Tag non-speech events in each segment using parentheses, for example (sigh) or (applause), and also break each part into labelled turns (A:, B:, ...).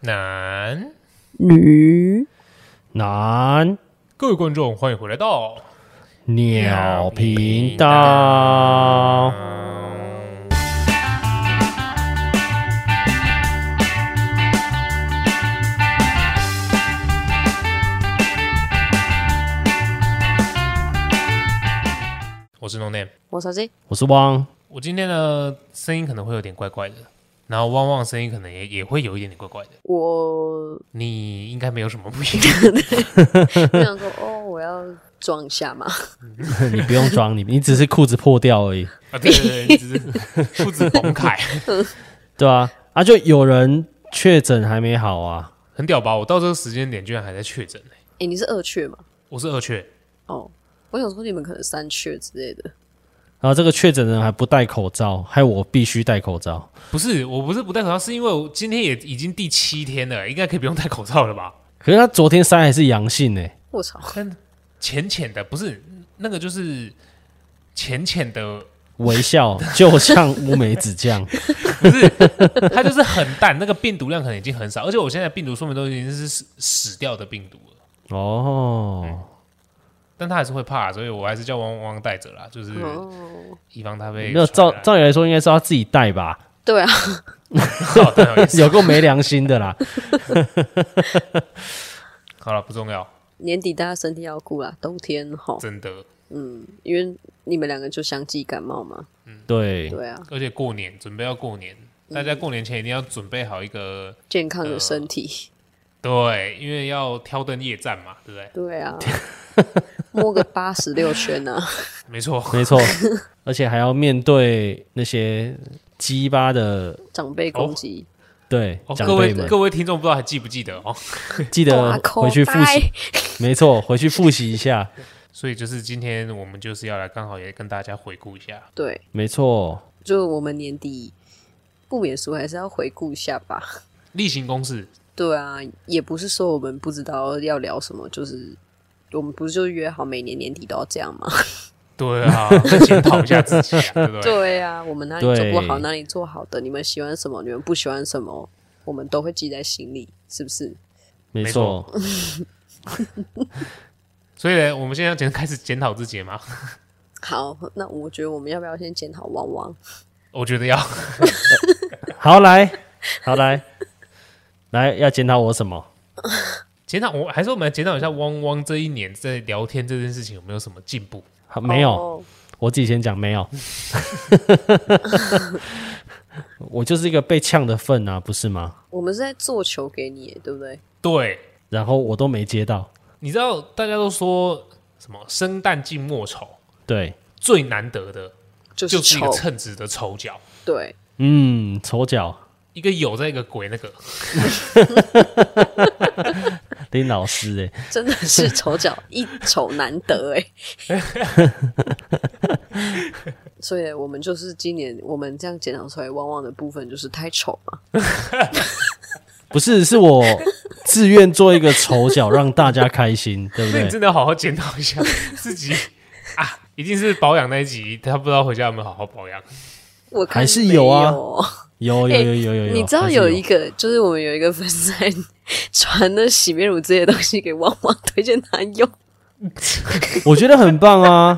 A: 男，
B: 女
C: 男
A: 各位观众，欢迎回来到
C: 鸟频道。
A: 我是 No Name。
B: 我手机
C: 我是汪，
A: 我今天呢，声音可能会有点怪怪的，然后汪汪声音可能也也会有一点点怪怪的。
B: 我
A: 你应该没有什么不一样，
B: 我
C: (laughs)
B: 想说，哦，我要装一下嘛，
C: 你不用装，你你只是裤子破掉而已，
A: (laughs) 啊，对对对，你 (laughs) 只是裤子崩开，
C: 对啊， (laughs) 啊，就有人确诊还没好啊，
A: 很屌吧？我到这个时间点居然还在确诊呢、欸
B: 哎、你是二雀嘛？
A: 我是二确，
B: 哦，我想说你们可能三雀之类的，
C: 然后这个确诊人还不戴口罩，害我必须戴口罩。
A: 不是，我不是不戴口罩，是因为我今天也已经第七天了，应该可以不用戴口罩了吧？
C: 可是他昨天筛还是阳性欸呢、
B: 我操，
A: 但浅浅的，不是那个就是浅浅的，
C: 微笑就像乌梅子酱，
A: 不是，它就是很淡，那个病毒量可能已经很少，而且我现在病毒说明都已经是死死掉的病毒了，
C: (laughs) 哦，
A: 但他还是会怕，所以我还是叫汪汪汪带着啦，就是
C: 嗯
B: 哦，
A: 以防他被
C: 没有
A: 传
C: 照
A: 染
C: 照理来说应该是他自己戴吧， (laughs)
B: 对啊，
A: 好当然有意思
C: 有够没良心的啦。
A: 好了，不重要，
B: 年底大家身体要顾啊，冬天哈，
A: 真的，
C: 嗯
B: 因为你们两个就相继感冒嘛，
C: 对，
B: 对啊，
A: 而且过年准备要过年，大家过年前一定要准备好一个。
B: 健康的身体，
C: 嗯
A: 对，因为要挑灯夜战嘛，对不对？
B: 对
C: (laughs)
B: 啊，摸个八十六圈啊，
A: 没错，
C: 没错，而且还要面对那些鸡巴的
B: 长辈攻击，
C: 对
A: 哦、
C: 长
A: 各
C: 辈
A: 位
C: 们，
A: 各位听众不知道还记不记得哦？ (laughs)
C: 记
B: 挂
C: 得
B: 口
C: 啊回去复
B: 袋
C: 习，没错，回去复习一下，
A: 所以就是今天我们就是要来刚好也跟大家回顾一下，
B: 对，
C: 没错，
B: 就我们年底不免俗还是要回顾一下吧。
A: 例行公事，
B: 对啊，也不是说我们不知道要聊什么，就是我们不是就约好每年年底都要这样吗？
A: 对
C: (laughs)
A: 啊，检讨一下自己啊，对不
B: (laughs)
A: 对？
B: 对啊，我们哪里
C: 对
B: 做不好，哪里做好的，你们喜欢什么，你们不喜欢什么，我们都会记在心里，是不是？
C: 没
A: 没
C: 错，
A: 所以呢，我们现在要检开始检讨自己嘛，
B: 好，那我觉得我们要不要先检讨汪汪？
A: (laughs) 我觉得要
C: 好来，好来，来要检讨我什么？
A: 检讨，我还是我们来检讨一下汪汪这一年在聊天这件事情有没有什么进步？
C: 好没有，
B: 哦
C: 我自己先讲没有， (laughs) 我就是一个被呛的份啊，不是吗？
B: 我们是在做球给你耶，对不对？
A: 对，
C: 然后我都没接到，
A: 你知道大家都说什么生旦净末丑，
C: 对，
A: 最难得的
B: 就
A: 就是是一
B: 球，
A: 个称职的丑角。
B: 对，
C: 嗯，丑角
A: 一个有在一个鬼那个，
C: 林老师哎、
B: 真的
C: (laughs)
B: 是丑角一丑难得哎。所以我们就是今年我们这样检讨出来汪汪的部分，就是太丑嘛。
C: 不是，是我自愿做一个丑角，让大家开心，对不
A: (laughs) 那你
C: 对？
A: 真的要好好检讨一
B: (laughs)
A: 下自己啊！一定是保养那一集，他不知道回家有没有好好保养。
B: 我看
C: 还是
B: 没
C: 有
B: 有
C: 啊有有
B: 哎
C: 有有有有，
B: 你知道
C: 还是有
B: 有一个，就是我们有一个粉丝还传了洗面乳这些东西给汪汪，推荐他
C: (laughs)
B: 用。
C: 我觉得很棒啊。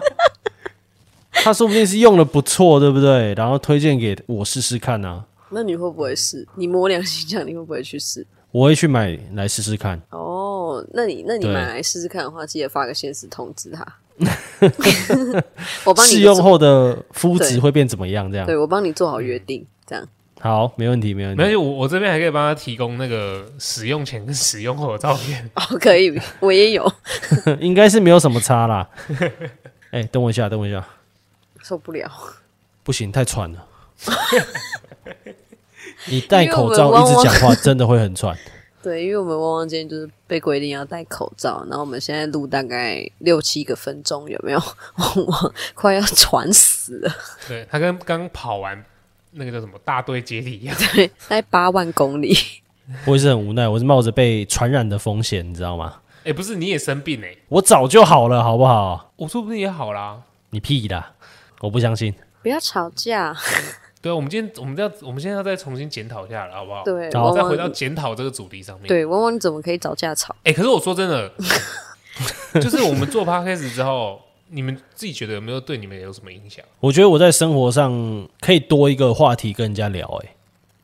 C: 他说不定是用的不错，对不对？然后推荐给我试试看啊，
B: 那你会不会试？你摸良心讲，你会不会去试？
C: 我会去买来试试看。
B: 哦，那你那你
C: 对
B: 买来试试看的话，记得发个现实通知
C: (laughs)
B: 他。 (laughs) 我帮你
C: 试用
B: 做，
C: 后的肤质
B: 对
C: 会变怎么样？这样
B: 对我帮你做好约定，这样
C: 好，没问题，没问
A: 没关
C: 题。
A: 系，我我这边还可以帮他提供那个使用前跟使用后的照
B: (laughs)
A: 片。
B: 哦，可以，我也有，
C: 应该是没有什么差啦。 (laughs) 哎、等我一下，等我一下，
B: 受不了。
C: 不行，太喘
B: (laughs)
C: 了。你戴
B: 因
C: 口
B: 为我
C: 罩
B: 们
C: 一
B: 汪
C: 直
B: 汪
C: 讲话，真的会很喘。
B: 对，因为我们汪汪今天就是被规定要戴口罩，然后我们现在录大概六七个分钟，有没 (laughs) 有？汪汪快要喘死了，
A: 对他跟刚跑完那个叫什么大队接力一
B: (laughs)
A: 样，
B: 对，大概八万公里。
C: 我也是很无奈，我是冒着被传染的风险，你知道吗？
A: 哎、不是你也生病哎、
C: 我早就好了，好不好？
A: 我说不定也好啦。
C: 你屁啦！我不相信。
B: 不要吵架，
A: 对啊，我们今天我们要我们现在要再重新检讨一下了，好不好？，
B: 对，
C: 好
B: 汪
A: 再回
B: 汪
A: 到检讨这个主题上面。
B: 对，汪汪，你怎么可以找架吵？
A: 哎、可是我说真
B: (laughs)
A: 的，就是我们做 podcast 之后，你们自己觉得有没有对你们有什么影响？
C: 我觉得我在生活上可以多一个话题跟人家聊、欸，哎，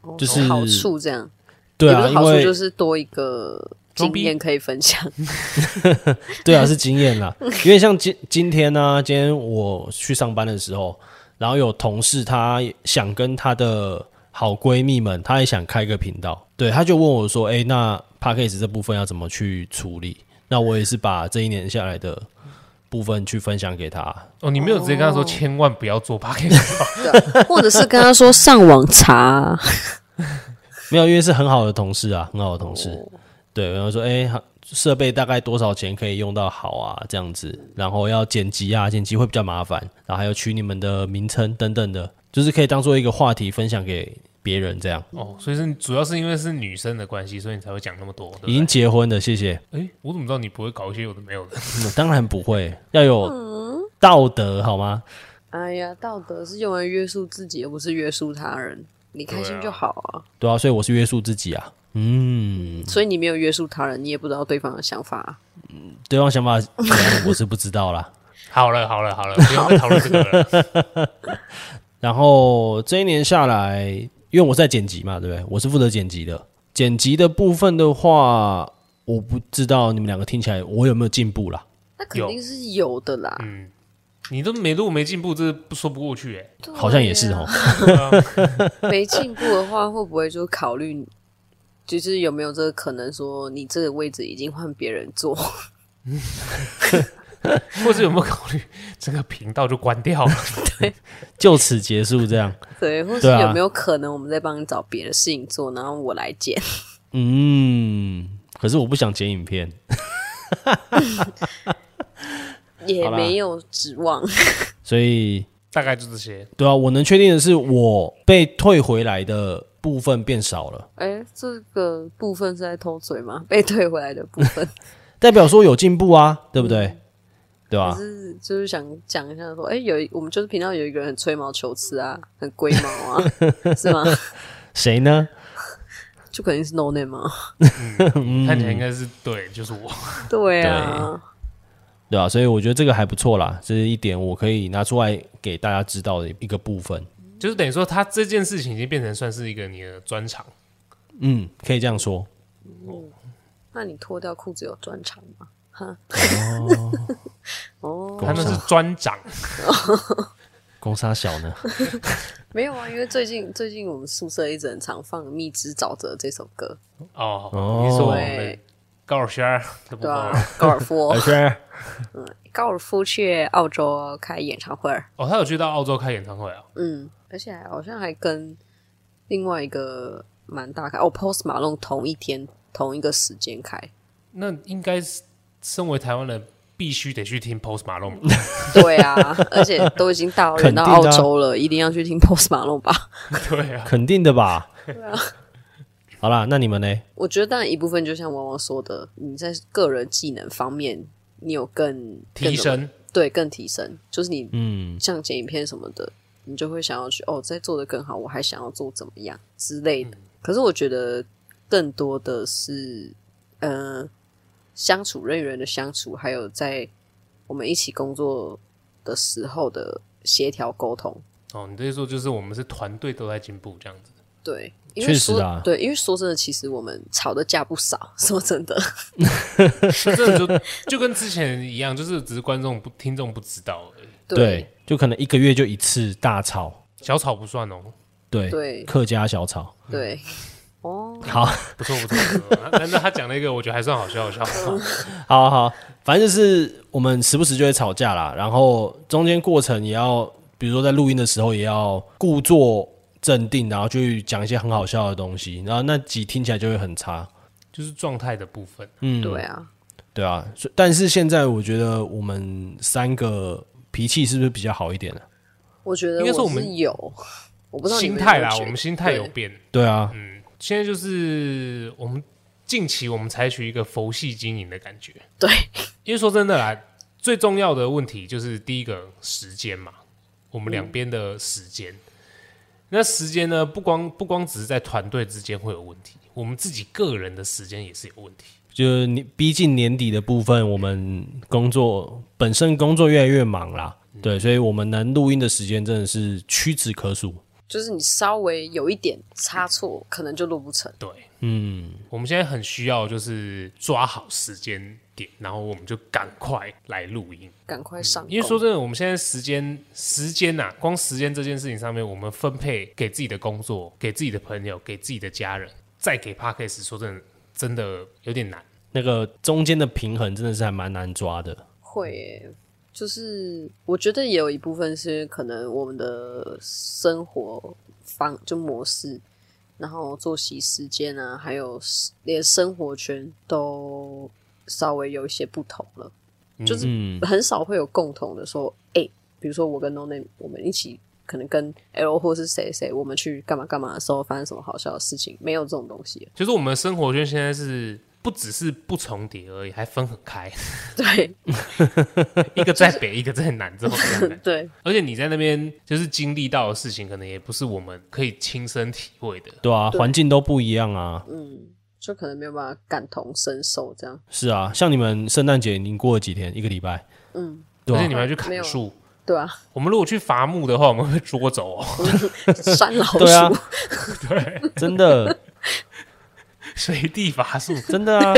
B: 哦
C: 就是
B: 好处这样，
C: 对
B: 也不
C: 啊，
B: 是
C: 因
B: 好处
C: 为
B: 就是多一个经
A: 装逼
B: 验可以分享。
C: 对啊，是经
B: (laughs)
C: 验啦。因为像今今天呢、今天我去上班的时候，然后有同事她想跟她的好闺蜜们，她也想开个频道，对，她就问我说：“哎、那 p a c k a g e 这部分要怎么去处理？”那我也是把这一年下来的部分去分享给她。
A: 哦，你没有直接跟他说千万不要做
C: (laughs)
A: podcast，
B: 或者是跟他说上网查， (laughs)
C: 没有，因为是很好的同事啊，很好的同事。对，然后说：“哎、设备大概多少钱可以用到好啊？这样子，然后要剪辑啊，剪辑会比较麻烦，然后还有取你们的名称等等的，就是可以当做一个话题分享给别人这样。
A: 哦，所以是主要是因为是女生的关系，所以你才会讲那么多。对不对
C: 已经结婚的，谢谢。
A: 哎、我怎么知道你不会搞一些有的没有的？ (laughs)
C: 嗯当然不会，要有道德好吗？
B: 哎呀，道德是用来约束自己，而不是约束他人。你开心就好啊，
C: 对啊，所以我是约束自己啊。嗯，
B: 所以你没有约束他人，你也不知道对方的想法、啊。
C: 对方想法怎样我是不知道啦。
A: 好了好了好了，不要再讨论这个
C: (laughs)
A: 了。
C: 然后这一年下来，因为我在剪辑嘛，对不对？我是负责剪辑的。剪辑的部分的话，我不知道你们两个听起来我有没有进步啦。
B: 那肯定是有的啦，
A: 嗯，你都没路没进步，这是不说不过去哎、
B: 对啊
C: 好像也是哦。。
B: (laughs) 没进步的话，会不会就考虑，就是有没有这个可能说你这个位置已经换别人坐？
A: 或者有没有考虑这个频道就关
C: (laughs)
A: 掉了？
C: 就此结束这样。
B: 对，或是
C: 对啊
B: 有没有可能我们在帮你找别的事情做，然后我来剪？
C: 嗯，可是我不想剪影片。
B: 也
C: 好啦
B: 没有指望。
C: 所以
A: 大概就这些。
C: 对啊，我能确定的是，我被退回来的部分变少了，
B: 哎，这个部分是在偷嘴吗？被退回来的部 (laughs) 分，
C: 代表说有进步啊，对不对？对
B: 嗯
C: 吧、
B: 可是就是想讲一下说，哎，有一我们就是频道有一个人很吹毛求疵啊，很龟毛 (laughs) 啊，是吗？
C: 谁呢？
B: 就肯定是 no name 啊嘛。
C: 嗯
A: 看起来应该是对，就是我。
B: 对啊，
C: 对吧、所以我觉得这个还不错啦，这是一点我可以拿出来给大家知道的一个部分。
A: 就是等于说，他这件事情已经变成算是一个你的专长。
C: 嗯，可以这样说。
B: 那你脱掉裤子有专长吗？哈，哦，
A: 他那是专长，
C: 公杀小 (laughs) 呢？
B: 没有啊，因为最近最近我们宿舍一直很常放《蜜汁沼泽》这首歌，
A: 哦，
C: 哦
A: 你说我们
B: 对
A: 高尔轩儿的部分
B: 对啊
A: 吗，
B: 高尔夫 (laughs)
C: 而，且
B: 高尔夫去澳洲开演唱会儿，
A: 哦，他有去到澳洲开演唱会啊，
B: 嗯，而且还好像还跟另外一个蛮大开哦，Post Malone 同一天同一个时间开，
A: 那应该是身为台湾人必须得去听 Post Malone
B: (laughs)
A: 吧。
B: 对啊，而且都已经大老远到
C: 肯定
B: 澳
C: 的啊
B: 洲了，一定要去听 Post Malone 吧。
A: 对啊，
C: 肯定的吧？
B: 啊
C: 好啦，那你们呢？
B: 我觉得当然一部分就像汪汪说的，你在个人技能方面，你有更
A: 提，
B: 更
A: 升
B: 对，更提升，就是你
C: 嗯，
B: 像剪影片什么的，你就会想要去哦，再做的更好，我还想要做怎么样之类
A: 嗯
B: 的。可是我觉得更多的是，呃，相处人与人的相处，还有在我们一起工作的时候的协调沟通。
A: 哦，你这说就是我们是团队都在进步这样子。
B: 对，因为
C: 确实
B: 说
C: 啊
B: 对，因为说真的，其实我们吵的架不少。 (laughs) 说真的，
A: 这真的就就跟之前一样，就是只是观众不听众不知道而已，
B: 对
C: 就可能一个月就一次大吵，
A: 小吵不算哦。
C: 对，
B: 对
C: 客家小吵。
B: 对，哦，
C: 好，
A: 不错不错，不错那那他讲了一个我觉得还算好笑的笑
B: (laughs)
A: 话，
C: 好好，反正就是我们时不时就会吵架啦，然后中间过程也要，比如说在录音的时候也要故作镇定，然后去讲一些很好笑的东西，然后那集听起来就会很差。
A: 就是状态的部分。
C: 嗯，
B: 对啊，
C: 对啊，所以但是现在我觉得我们三个脾气是不是比较好一点了、啊
B: 我觉得
A: 应该说我
B: 我
A: 们
B: 是有，我不知道你
A: 心
B: 们有
A: 态
B: 没有
A: 啦，
B: 觉
A: 我们心态有
B: 对
A: 变。
C: 对啊，
A: 嗯，现在就是我们近期我们采取一个佛系经营的感觉，
B: 对，
A: 因为说真的啦，最重要的问题就是第一个时间嘛，我们两边的时间。那时间呢，不光不光只是在团队之间会有问题，我们自己个人的时间也是有问题。
C: 就是你逼近年底的部分，我们工作本身工作越来越忙啦，对，所以我们能录音的时间真的是屈指可数。
B: 就是你稍微有一点差错，可能就录不成。
A: 对，
C: 嗯，
A: 我们现在很需要就是抓好时间点，然后我们就赶快来录音。
B: 赶快上
A: 嗯
B: 工，
A: 因为说真的，我们现在时间时间呐、光时间这件事情上面，我们分配给自己的工作、给自己的朋友、给自己的家人，再给 p a c k a s e 说真的，真的有点难。
C: 那个中间的平衡真的是还蛮难抓的。
B: 会耶，就是我觉得也有一部分是可能我们的生活方就模式，然后作息时间啊，还有是连生活圈都稍微有一些不同了，
A: 嗯
B: 就是很少会有共同的说，哎、比如说我跟 No Name 我们一起。可能跟 L 或是谁谁，我们去干嘛干嘛的时候发生什么好笑的事情，没有这种东西了。 (laughs)
A: 就是我们生活圈现在是不只是不重叠而已，还分很
C: (laughs)
A: 开，
B: 对
A: 一个在北，一个在南，这种感
C: (laughs)
A: 觉。
B: 对，
A: 而且你在那边就是经历到的事情，可能也不是我们可以亲身体会的。
C: 对啊，环境都不一样啊。
B: 嗯就可能没有办法感同身受这样。
C: 是啊，像你们圣诞节已经过了几天，一个礼拜。
B: 嗯，
C: 对
A: 而
C: 啊
A: 且你们还去
B: 没有
A: 砍树，
B: 对
C: (laughs)
B: 啊，
A: 我们如果去伐木的话，我们会捉走哦。
B: 拴老鼠，
C: 对啊，真的，
A: 随地伐树，
C: 真的啊，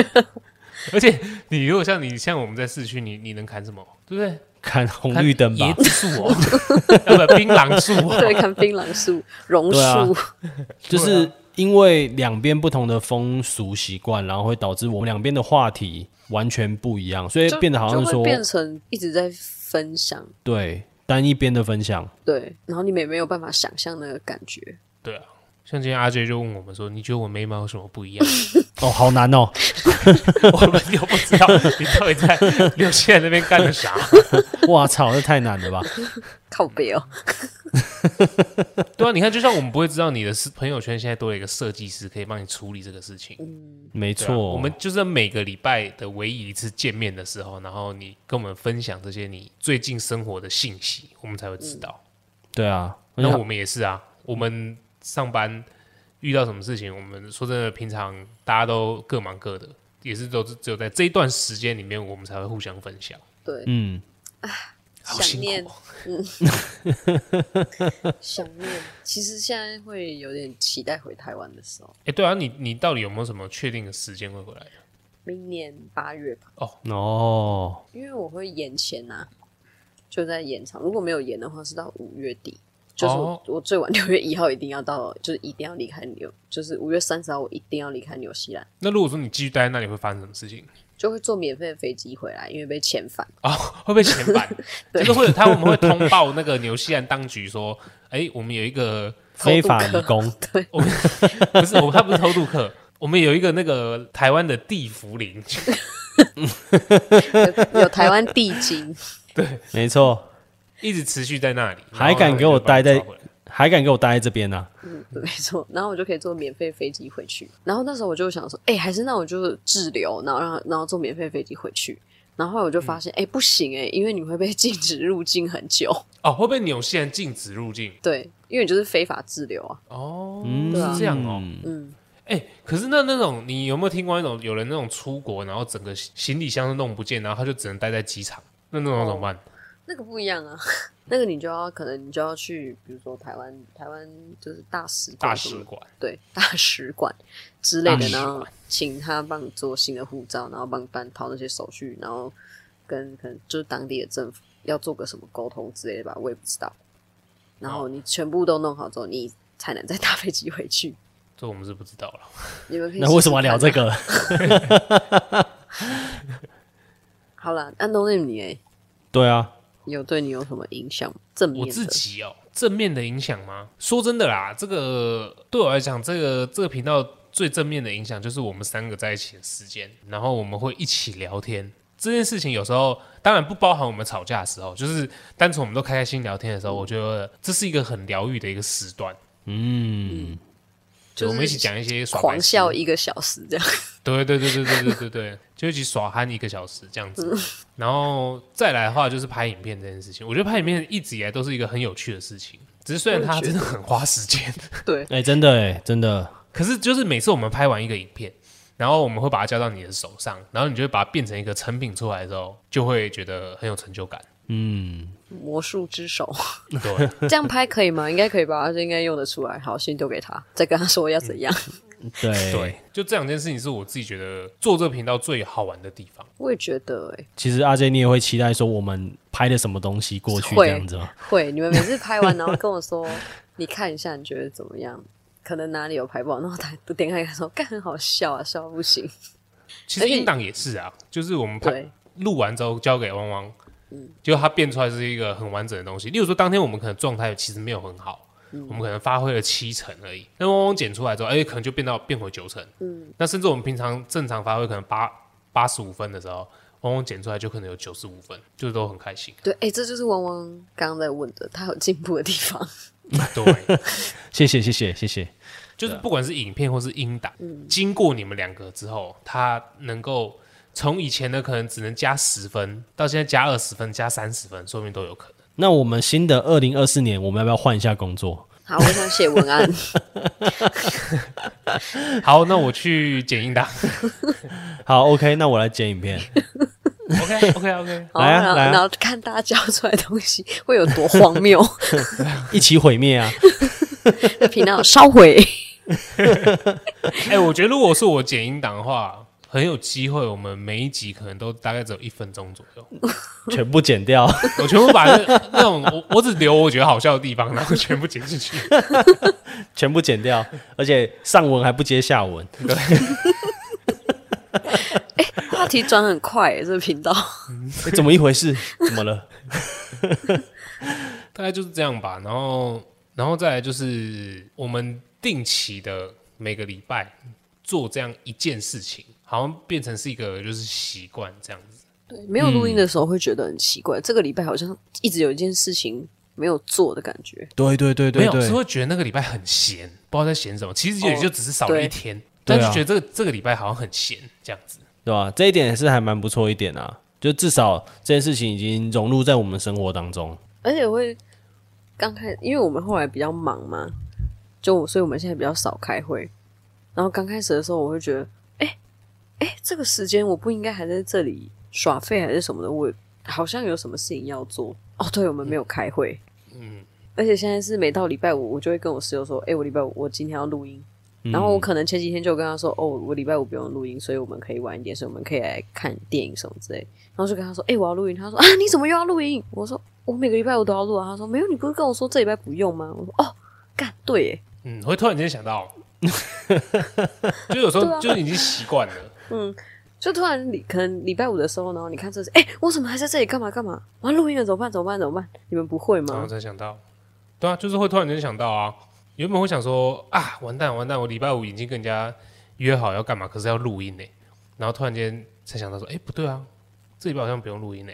A: 而且你如果像你像我们在市区，你你能砍什么？对不对？
C: 看红绿灯
A: 砍
C: 吧
A: 椰，子树哦，
C: (laughs)
A: 啊不，槟榔树
B: (laughs) 对，
A: 哦。
B: 看槟榔树、榕
C: 对啊
B: 树，
C: 就是因为两边不同的风俗习惯，然后会导致我们两边的话题完全不一样，所以
B: 就
C: 变得好像
B: 就
C: 说
B: 会变成一直在分享，
C: 对单一边的分享。
B: 对，然后你们也没有办法想象那个感觉，
A: 对啊，像今天阿 J 就问我们说，你觉得我眉毛有什么不一样？
C: 哦，好难哦，
A: 我们又不知道你到底在柳线那边干了啥。
C: (laughs) 哇操，这太难了吧？
B: 靠背哦，
A: (laughs) 对啊，你看，就像我们不会知道你的是朋友圈现在多了一个设计师，可以帮你处理这个事情。
C: 没
A: 对啊
C: 错，
A: 我们就是每个礼拜的唯一一次见面的时候，然后你跟我们分享这些你最近生活的信息，我们才会知道。
C: 对啊，
A: 那我们也是啊，我们上班遇到什么事情，我们说真的，平常大家都各忙各的，也是都是只有在这一段时间里面，我们才会互相分享。
B: 对，
C: 嗯，
A: 好辛
B: 想
A: 苦
B: 念
A: 哦，
B: 嗯 (laughs) 想念。其实现在会有点期待回台湾的时候，
A: 哎、对啊，你你到底有没有什么确定的时间会回来？
B: 明年八月吧，
C: 哦，
B: 因为我会延前啊，就在延长，如果没有延的话，是到五月底。就是我
A: 哦
B: 我最晚 (laughs) 六月一号一定要到，就是一定要离开纽，就是五月三十号我一定要离开纽西兰。
A: 那如果说你继续待在那里，会发生什么事情？
B: 就会坐免费的飞机回来，因为被遣返。
A: 哦，会被遣 (laughs) 返，
B: 对
A: 就是会他们会通报那个纽西兰当局说，哎、我们有一个 (laughs)
C: 非
B: 偷渡
C: 法
B: 客
C: 移工，
A: 不是我们他不是偷渡客，我们有一个那个台湾的地福林，
B: 有台湾地精， (laughs)
C: 没错，
A: 一直持续在那 (laughs) 里，
C: 还敢给我待在
A: 然后他们就把你抓回来
C: 还敢给我待在这边呢、啊？
B: 没错。然后我就可以坐免费飞机回去。然后那时候我就想说，哎、还是那我就滞留，然后让然后坐免费飞机回去。然后后来我就发现，哎、不行哎、因为你会被禁止入境很久。 (laughs)
A: 哦，会被纽西兰禁止入境
B: 对，因为你就是非法滞留啊。
A: 哦，
C: 嗯
A: 是这样哦。
B: 嗯，
A: 哎、可是那那种你有没有听过那种有人那种出国，然后整个行李箱都弄不见，然后他就只能待在机场，那那种怎么办？
B: 那个不一样啊。 (laughs) 那个你就要可能你就要去，比如说台湾台湾就是大使
A: 大
B: 馆什么
A: 使馆
B: 对大使馆之类
A: 大
B: 的，
A: 使
B: 然后
A: 馆
B: 请他帮你做新的护照，然后帮你办掏那些手续，然后跟可能就是当地的政府要做个什么沟通之类的吧，我也不知道。然
A: 哦
B: 后你全部都弄好之后，你才能再搭飞机回去。
A: 这我们是不知道了。
B: 你们可以
C: 那为什么要聊这
B: 试试看啊？
C: 个？
B: 啊好了，那 No Name 你哎，
C: 对啊，
B: 有对你有什么影响？正面
A: 我
B: 的
A: 自己哦，正面的影响吗？说真的啦，这个对我来讲，这个这个频道最正面的影响就是我们三个在一起的时间，然后我们会一起聊天。这件事情有时候当然不包含我们吵架的时候，就是单纯我们都开开心聊天的
B: 嗯
A: 时候，我觉得这是一个很疗愈的一个时段。
C: 嗯，
B: 就是
A: 我们一起讲一些耍白痴
B: 狂笑，一个小时这样，
A: 对对对对对对对对， (laughs) 就一起耍憨一个小时这样子。然后再来的话就是拍影片这件事情，我觉得拍影片一直以来都是一个很有趣的事情。只是虽然
B: 我也
A: 它
B: 觉
A: 真的很花时间， (laughs)
B: 对，
C: 哎、真的哎、真的，
A: 可是就是每次我们拍完一个影片，然后我们会把它交到你的手上，然后你就会把它变成一个成品出来之后，就会觉得很有成就感。
C: 嗯，
B: 魔术之手
A: 对，
B: (laughs) 这样拍可以吗？应该可以吧，这应该用得出来。好，先丢给他，再跟他说要怎
C: (laughs)
B: 样。
C: 对
A: 对，就这两件事情是我自己觉得做这个频道最好玩的地方。
B: 我也觉得、欸，
C: 其实阿 J 你也会期待说我们拍的什么东西过去
B: 会
C: 这样子哦吗？
B: 会，你们每次拍完，然后跟我说，你看一下，你觉得怎么样？可能哪里有拍不好，然后他都点开看说，干很好笑啊，笑到不
C: (laughs)
B: 行。
A: 其实
B: 而且
A: 音档也是啊，就是我们拍
B: 对，
A: 录完之后交给汪汪，就它变出来是一个很完整的东西。例如说，当天我们可能状态其实没有很好。我们可能发挥了七成而已，那汪汪剪出来之后，哎、可能就变到变回九成。嗯，那甚至我们平常正常发挥可能八八十五分的时候，汪汪剪出来就可能有九十五分，就是都很开心。
B: 对，哎、这就是汪汪刚刚在问的，他有进步的地方。
A: 对，
C: 谢谢谢谢谢谢，
A: 就是不管是影片或是音档，经过你们两个之后，它能够从以前的可能只能加十分，到现在加二十分、加三十分，说明都有可能。
C: 那我们新的二零二四年，我们要不要换一下工作？
B: 好，我想写文案。
A: 好，那我去剪音档。
C: 好，OK，那我来剪影片。
A: OK (laughs) OK OK，
B: 好，
C: 来啊
B: 然后、
C: 来啊
B: 然后看大家教出来的东西会有多荒谬，
C: (laughs)
B: (laughs)
C: 一起毁灭啊！
B: 这频道烧毁。
A: 哎、我觉得如果是我剪音档的话，很有机会，我们每一集可能都大概只有一分钟左右。
C: 全部剪掉，
A: 我全部把那那种我我只留我觉得好笑的地方，然后全部剪进去。
C: 全部剪掉， (laughs) 而且上文还不接下 (laughs) 文。
B: (laughs) 话题转很快、欸，这个频道。
C: 诶怎么一回事？怎么了？
A: 大概就是这样吧。然后，然后再来就是我们定期的每个礼拜做这样一件事情，好像变成是一个就是习惯这样子。
B: 没有录音的时候会觉得很奇怪，这个礼拜好像一直有一件事情没有做的感觉。
C: 对对对
A: 没有是会觉得那个礼拜很闲，不知道在闲什么。其实也
B: 哦
A: 就只是少了一
B: 对
A: 天，
C: 对
A: 但
C: 啊
A: 就觉得这个这个礼拜好像很闲这样子。
C: 对吧？这一点也是还蛮不错一点啊，就至少这件事情已经融入在我们生活当中。
B: 而且会刚开，因为我们后来比较忙嘛，就我所以我们现在比较少开会。然后刚开始的时候，我会觉得，哎、哎，这个时间我不应该还在这里耍废还是什么的，我好像有什么事情要做。哦，对，我们没有开会。
A: 嗯，
B: 而且现在是每到礼拜五，我就会跟我室友说，哎、我礼拜五我今天要录音。然后我可能前几天就跟他说，哦，我礼拜五不用录音，所以我们可以晚一点，所以我们可以来看电影什么之类。然后就跟他说，哎、我要录音。他说，啊，你怎么又要录音？我说，我每个礼拜我都要录啊。他说，没有，你不是跟我说这礼拜不用吗？我说，哦，干对耶，
A: 嗯，会突然间想到，就有时候就已经习惯了。
B: 就突然礼可能礼拜五的时候，然后你看这是，哎、我怎么还在这里干嘛干嘛？我要录音了，怎么办？怎么办？怎么办？你们不会
A: 然后
C: 哦
B: 吗？
A: 才想到，对啊，就是会突然间想到啊，原本会想说啊，完蛋完蛋，我礼拜五已经跟人家约好要干嘛，可是要录音呢，然后突然间才想到说，哎、不对啊，这礼拜好像不用录音呢。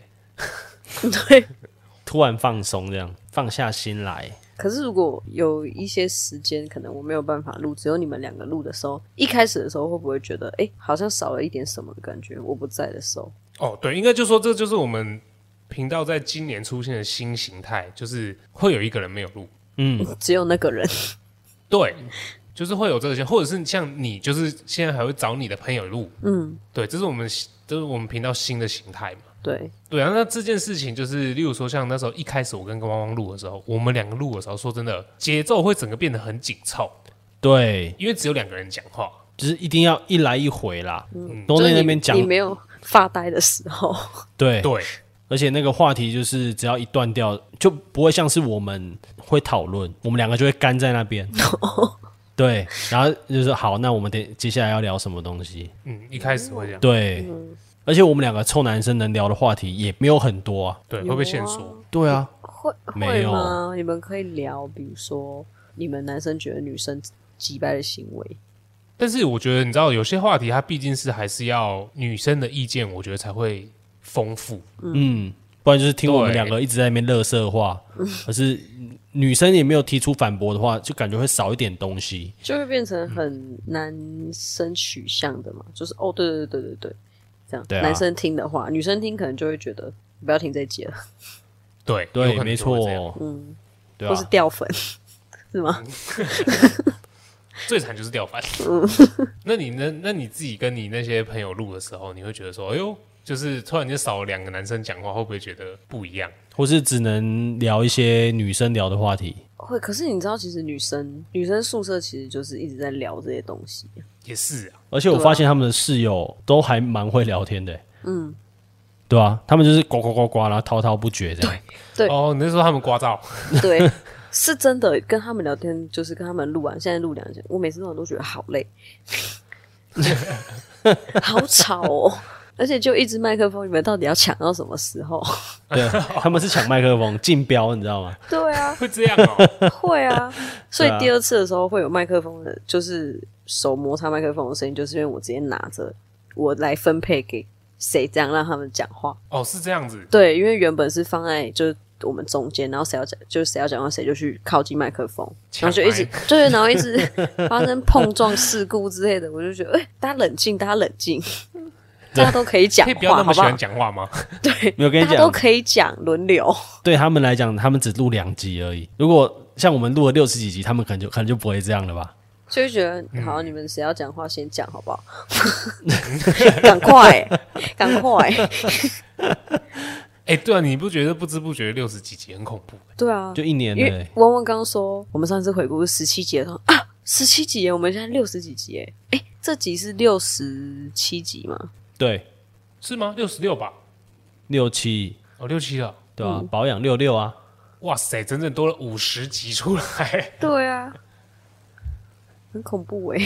B: 对。
C: 突然放松，这样放下心来，
B: 可是如果有一些时间，可能我没有办法录，只有你们两个录的时候，一开始的时候会不会觉得，哎、好像少了一点什么的感觉？我不在的时候，
A: 哦，对，应该就说这就是我们频道在今年出现的新形态，就是会有一个人没有录，
C: 嗯，
B: 只有那个人。
A: 对，就是会有这些，或者是像你，就是现在还会找你的朋友录，
B: 嗯，
A: 对，这是我们这是我们频道新的形态嘛。
B: 对，
A: 对啊，那这件事情就是，例如说像那时候一开始我跟汪汪录的时候，我们两个录的时候，说真的，节奏会整个变得很紧凑，
C: 对，
A: 因为只有两个人讲话。
C: 就是一定要一来一回啦，都
B: 就是
C: 在
B: 你
C: 那边讲
B: 你，没有发呆的时候，
C: 对，
A: 对，
C: 而且那个话题就是只要一断掉，就不会像是我们会讨论，我们两个就会干在那 (laughs) 边。对，然后就是好，那我们得接下来要聊什么东西？
A: 嗯，一开始会这样，
C: 对，而且我们两个臭男生能聊的话题也没有很多啊。
A: 对，会
B: 有啊
A: 不会限缩？
C: 对啊，
B: 会
C: 没
B: 会
C: 有
B: 吗？你们可以聊，比如说你们男生觉得女生击败的行为，
A: 但是我觉得，你知道，有些话题它毕竟是还是要女生的意见，我觉得才会丰富。
C: 嗯，不然就是听我们
A: 对
C: 两个一直在那边乐色话，可是女生也没有提出反驳的话，就感觉会少一点东西。
B: 就会变成很男生取向的嘛，就是哦，对对对对对对，这样、
C: 对啊
B: 男生听的话，女生听可能就会觉得不要听这一集了。
A: 对，有可
C: 对，
A: 能
C: 没
A: 就会这样。
C: 错。哦
B: 嗯，
C: 对啊嗯
B: 或
C: 吧、
B: 是掉粉， (laughs) 是吗？
A: 最惨就是掉饭。
B: 嗯 (laughs)
A: 那你呢？那你自己跟你那些朋友录的时候，你会觉得说，哎呦，就是突然间少了两个男生讲话，会不会觉得不一样？
C: 或是只能聊一些女生聊的话题。
B: 会，可是你知道，其实女生女生宿舍其实就是一直在聊这些东西，
A: 也是啊，
C: 而且我发现他们的室友都还蛮会聊天的、嗯， (laughs) 对啊，他们就是呱呱呱呱，然后滔滔不绝这样。
B: 对
A: 哦，你是说他们刮噪？
B: (laughs) 对，是真的。跟他们聊天，就是跟他们录完，现在录两节，我每次录完都觉得好 (laughs) 累，好吵哦。而且就一支麦克风，你们到底要抢到什么时候？
C: 对，啊他们是抢麦克风竞标，你知道吗？
B: (laughs) 对啊，
A: 会这样哦？
B: 会啊。所以第二次的时候会有麦克风的，就是手摩擦麦克风的声音，就是因为我直接拿着我来分配给谁，这样让他们讲话。
A: 哦，是这样子。
B: 对，因为原本是放在就是我们中间，然后谁要讲就是谁要讲话，谁就去靠近麦克风，然后就一直对，然后一直发生碰撞事故之类的，我就觉得哎、大家冷静，大家冷静，大家都可以讲
A: 可以不要
B: 话，
A: 那么
B: 好
A: 喜
B: 不好
A: 欢？讲话吗？
B: 对，
C: 没有跟你
B: 大家都
C: 讲，
B: 可以讲，轮流。
C: 对他们来讲，他们只录两集而已。如果像我们录了六十几集，他们可能就可能就不会这样了吧？
B: 就会觉
A: 嗯
B: 得好，你们谁要讲话先讲好不好？ (laughs) 赶快，赶快！
A: 哎、对啊，你不觉得不知不觉六十几集很恐怖？欸
B: 对啊，
C: 就一年
B: 因
C: 了、欸
B: 为汪汪刚刚说，我们上次回顾是十七集的时候啊，十七集耶，我们现在六十几集耶，哎，这集是六十七集吗？
C: 对，
A: 是吗？六十六吧？
C: 六七，
A: 哦，六七了。
C: 对吧、
B: 嗯
C: 保养六六啊，
A: 哇塞，整整多了五十集出来， (laughs)
B: 对啊，很恐怖哎，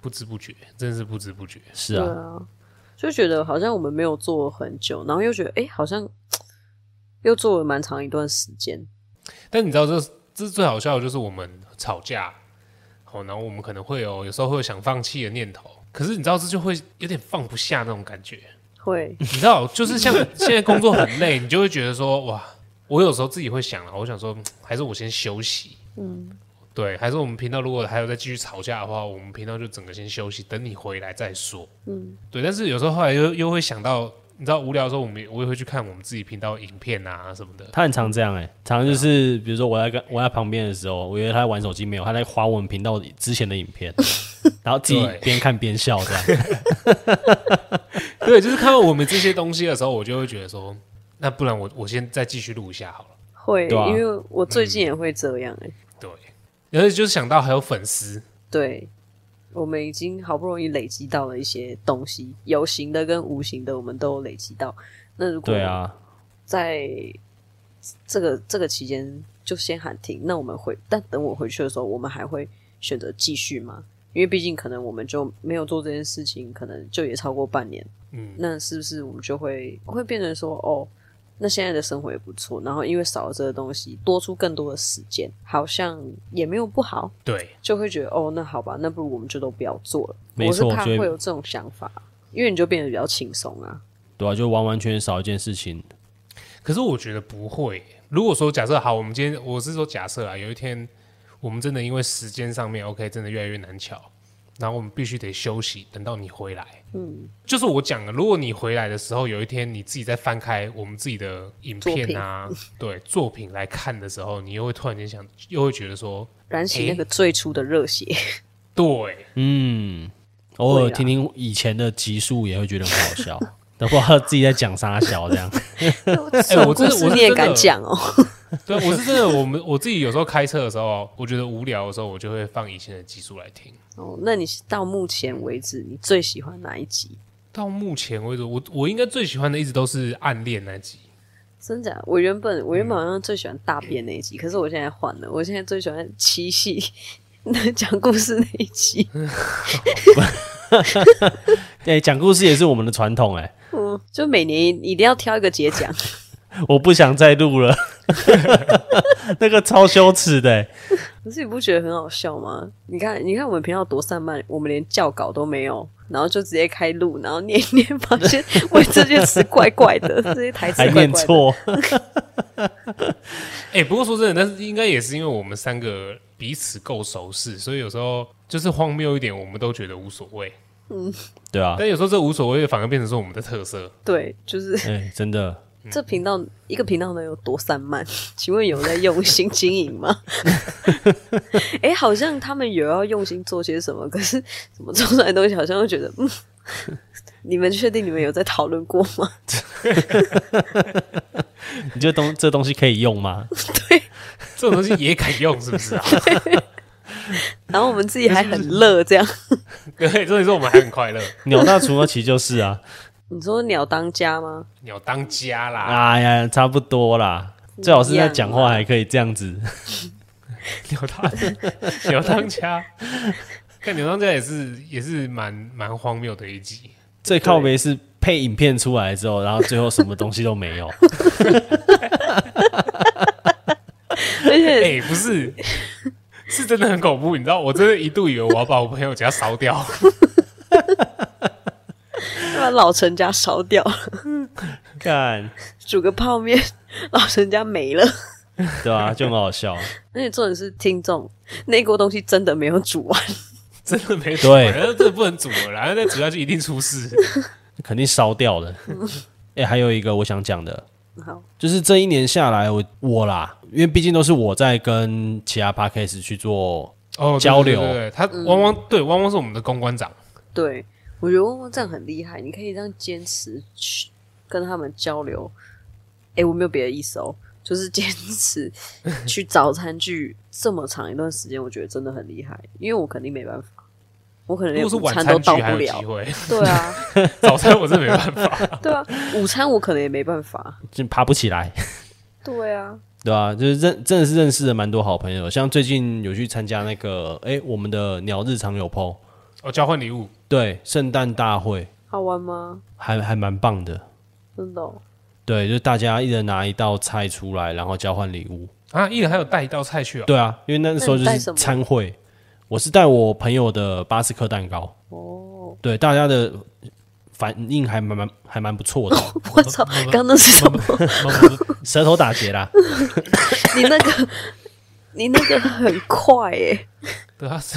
A: 不知不觉，真是不知不觉。
C: 是啊，
B: 啊， (laughs) 就觉得好像我们没有做很久，然后又觉得哎，好像嘖又做了蛮长一段时间，
A: 但你知道这这最好笑的就是我们吵架，好，然后我们可能会有有时候会有想放弃的念头，可是你知道这就会有点放不下那种感觉。
B: 会
A: 你知道，就是像 (laughs) 现在工作很累，你就会觉得说哇，我有时候自己会想了，我想说嗯还是我先休息，嗯，对，还是我们频道如果还有再继续吵架的话，我们频道就整个先休息，等你回来再说，嗯，对。但是有时候后来又又会想到。你知道无聊的时候，我们也我也会去看我们自己频道的影片啊什么的。
C: 他很常这样哎、常常
B: 啊
C: 就是比如说我在跟我在旁边的时候，我以为他在玩手机，没有，他在划我们频道之前的影
B: (laughs)
C: 片，然后自己
A: 对
C: 边看边笑这样。
A: (laughs) 对，就是看到我们这些东西的时候，我就会觉得说，那不然我我先再继续录一下好了。
B: 会，
C: 对啊
B: 因为我最近也会这样哎，
A: 对，然后就是想到还有粉丝，
B: 对。我们已经好不容易累积到了一些东西，有形的跟无形的，我们都有累积到。那如果
C: 对啊，
B: 在这个这个期间就先喊停。那我们回，但等我回去的时候，我们还会选择继续吗？因为毕竟可能我们就没有做这件事情，可能就也超过半年。
A: 嗯，
B: 那是不是我们就会会变成说，哦，那现在的生活也不错，然后因为少了这个东西，多出更多的时间，好像也没有不好，
A: 对，
B: 就会觉得哦，那好吧，那不如我们就都不要做了。
C: 没
B: 我是
C: 错
B: 怕
C: 所以
B: 会有这种想法，因为你就变得比较轻松啊。
C: 对啊，就完完全全少一件事情。
A: 可是我觉得不会。如果说假设好，我们今天我是说假设啊，有一天我们真的因为时间上面 OK，真的越来越难瞧，然后我们必须得休息，等到你回来。嗯，就是我讲的，如果你回来的时候，有一天你自己再翻开我们自己的影片啊，对作品来看的时候，你又会突然间想，又会觉得说，
B: 燃起
A: 诶
B: 那个最初的热血，
A: 对，
C: 嗯，偶尔
B: 会啦
C: 听听以前的集数也会觉得很好笑， (laughs) 都不知道自己在讲啥笑这样。 (laughs)
B: (laughs) 哎
A: 我真的我是
B: 你也
A: 真的
B: 敢讲哦？
A: (laughs) 对，我是真的，我们我自己有时候开车的时候，啊我觉得无聊的时候，我就会放以前的集数来听。
B: 哦，那你到目前为止，你最喜欢哪一集？
A: 到目前为止，我我应该最喜欢的一直都是暗恋那集。
B: 真假？我原本我原本好像最喜欢大便那一集，可是我现在换了，我现在最喜欢七夕 (laughs) 那讲故事那一集。
C: 对，哎讲故事也是我们的传统哎、
B: 嗯，就每年一定要挑一个节讲。
C: 我不想再录了， (laughs) 那个超羞耻的、欸。
B: 可是你不觉得很好笑吗？你看，你看我们频道多散漫，我们连教稿都没有，然后就直接开录，然后念一念，发现 (laughs) 喂这些词怪怪的，这些台词
C: 还
B: 怪
C: 念
B: 怪的。
C: 错，
A: 哎、不过说真的，但是应该也是因为我们三个彼此够熟识，所以有时候就是荒谬一点，我们都觉得无所谓。
C: (laughs) 对啊，
A: 但有时候这无所谓反而变成是我们的特色。
B: 对，就是
C: 哎、真的，
B: 这频道一个频道能有多散漫？ (laughs) 请问有在用心经营吗？ (laughs) 哎、好像他们有要用心做些什么，可是怎么做出来的东西，好像又觉得，嗯，你们确定你们有在讨论过吗？ (laughs)
C: 你这东这东西可以用吗？
A: 这种东西也敢用，是不是啊？ (laughs)
B: 然后我们自己还很乐，这样。
A: 对，重点是我们还很快乐，
C: 鸟大除了其就是
B: (laughs)
C: 啊，
B: 你说鸟当家吗？
A: 鸟当家啦，
C: 哎呀，差不多啦。最好是
B: 啊
C: 在讲话还可以这样子，
A: 鸟当 (laughs) 鸟当家， (laughs) 看鸟当家也是也是蛮蛮荒谬的一集。
C: 最靠北是配影片出来之后，然后最后什么东西都没
B: (laughs)
C: 有。
B: 而且
A: 哎、不是，是真的很恐怖，你知道，我真的一度以为我要把我朋友家烧掉，
B: 把老陈家烧掉，
C: 看，
B: 煮个泡面， (laughs) 老陈家没了。
C: 对啊，就很好笑。
B: 而且重点是，听众那锅东西真的没有煮完，
A: 真的没煮，
C: 对
A: 然后真的不能煮了，然后再煮下去一定出事。
C: 肯定烧
B: (laughs)
C: 掉了。哎、还有一个我想讲的，
B: 好，
C: 就是这一年下来我，我啦，因为毕竟都是我在跟其他 podcast 去做，
A: 哦，对
C: 交流
A: 对对对他
B: 嗯
A: 汪汪、对汪汪是我们的公关长，
B: 对，我觉得汪汪这样很厉害，你可以这样坚持去跟他们交流。哎、我没有别的意思哦，就是坚持
A: (laughs)
B: 去找餐具这么长一段时间，我觉得真的很厉害，因为我肯定没办法，我可能
A: 如
B: 连
A: 果是
B: 午
A: 晚
B: 餐
A: 餐
B: 都到
A: 局还
B: 不
A: 有
B: 了
A: 机。会，
B: 对啊，
A: 早餐我真的没办法。
B: 对啊，午餐我可能也没办法。
C: 就爬不起来，
B: (laughs)
C: (laughs)
B: 对啊，
C: 对吧、就是认真的是认识了蛮多好朋友，像最近有去参加那个，哎、我们的鸟日常有 PO，
A: 哦，交换礼物，
C: 对，圣诞大会
B: 好玩吗？
C: 还还蛮棒的。
B: 真的、哦，
C: 对，就是大家一人拿一道菜出来，然后交换礼物。
A: 啊，一人还有带一道菜去哦。
C: 对啊，因为那个时候就
B: 那你带
C: 是
B: 什么
C: 餐会，我是带我朋友的巴斯克蛋糕。哦，对，大家的反应还蛮蛮还蛮不错的，
B: (laughs) (laughs) 我操，刚刚那是什么？
C: 舌头打结啦。
B: 你那个，你那个很快耶、
A: 对，他是